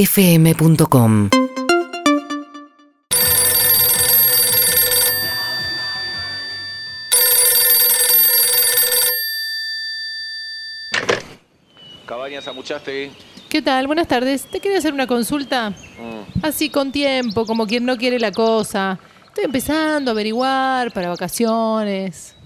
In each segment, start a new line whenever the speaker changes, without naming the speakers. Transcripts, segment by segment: urbanaplayfm.com
Cabañas Amuchastegui.
¿Qué tal? Buenas tardes. Te quería hacer una consulta.
mm,
Así con tiempo, como quien no quiere la cosa. Estoy empezando a averiguar para vacaciones.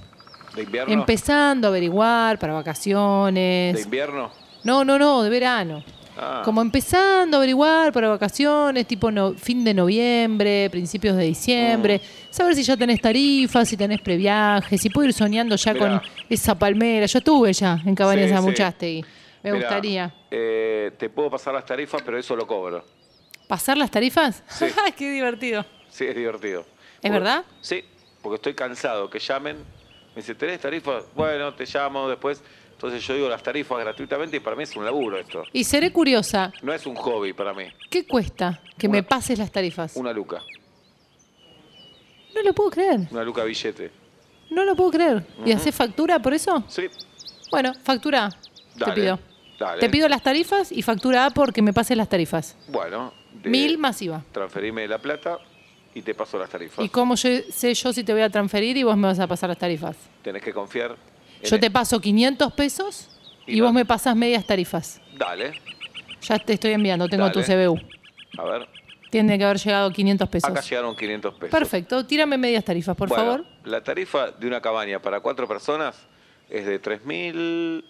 ¿De invierno?
Empezando a averiguar para
¿De
vacaciones.
invierno?
No, no, no, de verano.
Ah.
Como empezando a averiguar para vacaciones, tipo no- fin de noviembre, principios de diciembre.
Mm.
Saber si ya tenés tarifas, si tenés previajes, si puedo ir soñando ya
Mirá.
con esa palmera. Yo estuve ya en Cabañas
Sí, sí.
Amuchastegui. Me
Mirá,
gustaría.
eh, te puedo pasar las tarifas, pero eso lo cobro.
¿Pasar las tarifas?
Sí.
¡Qué divertido!
Sí, es divertido.
¿Es verdad?
Sí, porque estoy cansado que llamen. Me dice, ¿tenés tarifas? Bueno, te llamo después. Entonces yo digo las tarifas gratuitamente y para mí es un laburo esto.
Y seré curiosa,
No es un hobby para mí.
¿qué cuesta que
Una-
me pases las tarifas?
Una luca.
No lo puedo creer,
Una luca billete.
no lo puedo creer. ¿Y haces factura por eso?
Sí,
Bueno, factura, te
Dale,
pido.
dale.
Te pido las tarifas y factura A porque me pases las tarifas.
bueno. de-
Mil más IVA.
Transferime la plata y te paso las tarifas.
¿Y cómo yo sé yo si te voy a transferir y vos me vas a pasar las tarifas?
Tenés que confiar. en
Yo
el-
te paso 500 pesos
Y
y
va.
vos me pasas medias tarifas.
Dale.
Ya te estoy enviando, tengo tu
Dale.
CBU.
A ver.
Tiene que haber llegado 500 pesos.
Acá llegaron 500 pesos.
Perfecto, tírame medias tarifas, por
Bueno,
favor.
La tarifa de una cabaña para cuatro personas es de 3.000...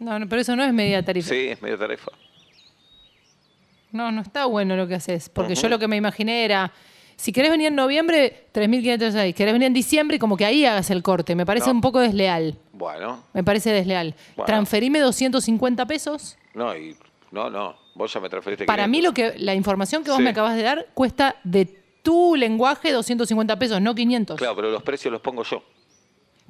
No, no, pero eso no es media tarifa.
Sí, es media tarifa.
No, no está bueno lo que haces. Porque
Ujú.
yo lo que me imaginé era, si querés venir en noviembre, 3.500 ahí. Querés venir en diciembre, como que ahí hagas el corte. Me parece
No.
un poco desleal.
Bueno,
Me parece desleal.
Bueno.
Transferime 250 pesos.
no, y... No, no. Vos ya me transferiste
Para mí
500.
lo que la información que vos
Sí.
me acabas de dar cuesta de tu lenguaje 250 pesos, no 500.
Claro, pero los precios los pongo yo.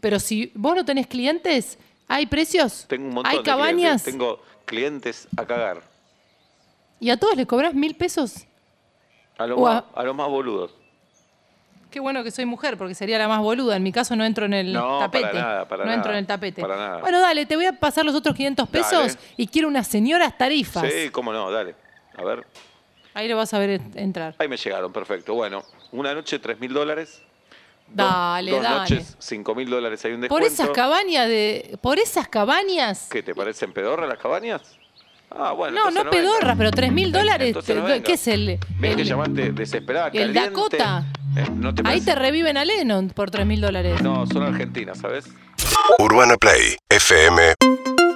Pero si vos no tenés clientes, ¿hay precios?
Tengo un montón
¿Hay
de
cabañas?
clientes. Tengo clientes a cagar.
¿Y a todos les cobrás mil pesos?
A los,
O
más,
a-
a los más boludos.
Qué bueno que soy mujer, porque sería la más boluda. En mi caso no entro en el
No, para
tapete.
nada, para
no entro
nada,
en el tapete.
para nada.
Bueno, dale, te voy a pasar los otros 500 pesos
Dale.
y quiero unas señoras tarifas.
Sí, cómo no, dale. A ver.
Ahí lo vas a ver en- entrar.
Ahí me llegaron, perfecto. Bueno, una noche 3.000 dólares. Dos-
Dale,
dos
dale.
noches 5.000 dólares. Hay un
Por
descuento.
esas cabañas de. Por esas cabañas.
¿Qué te parecen pedorras las cabañas? Ah, bueno.
No,
entonces
no pedorras,
vengas.
pero 3 mil dólares.
Entonces no
te-
vengas.
¿Qué es el.?
Ves que
el-
llamaste desesperada,
el
caliente.
Dakota.
Eh, no te
ahí
parece-
te reviven a Lennon por 3 mil dólares.
No, son argentinas, ¿sabes?
Urbana Play fm.com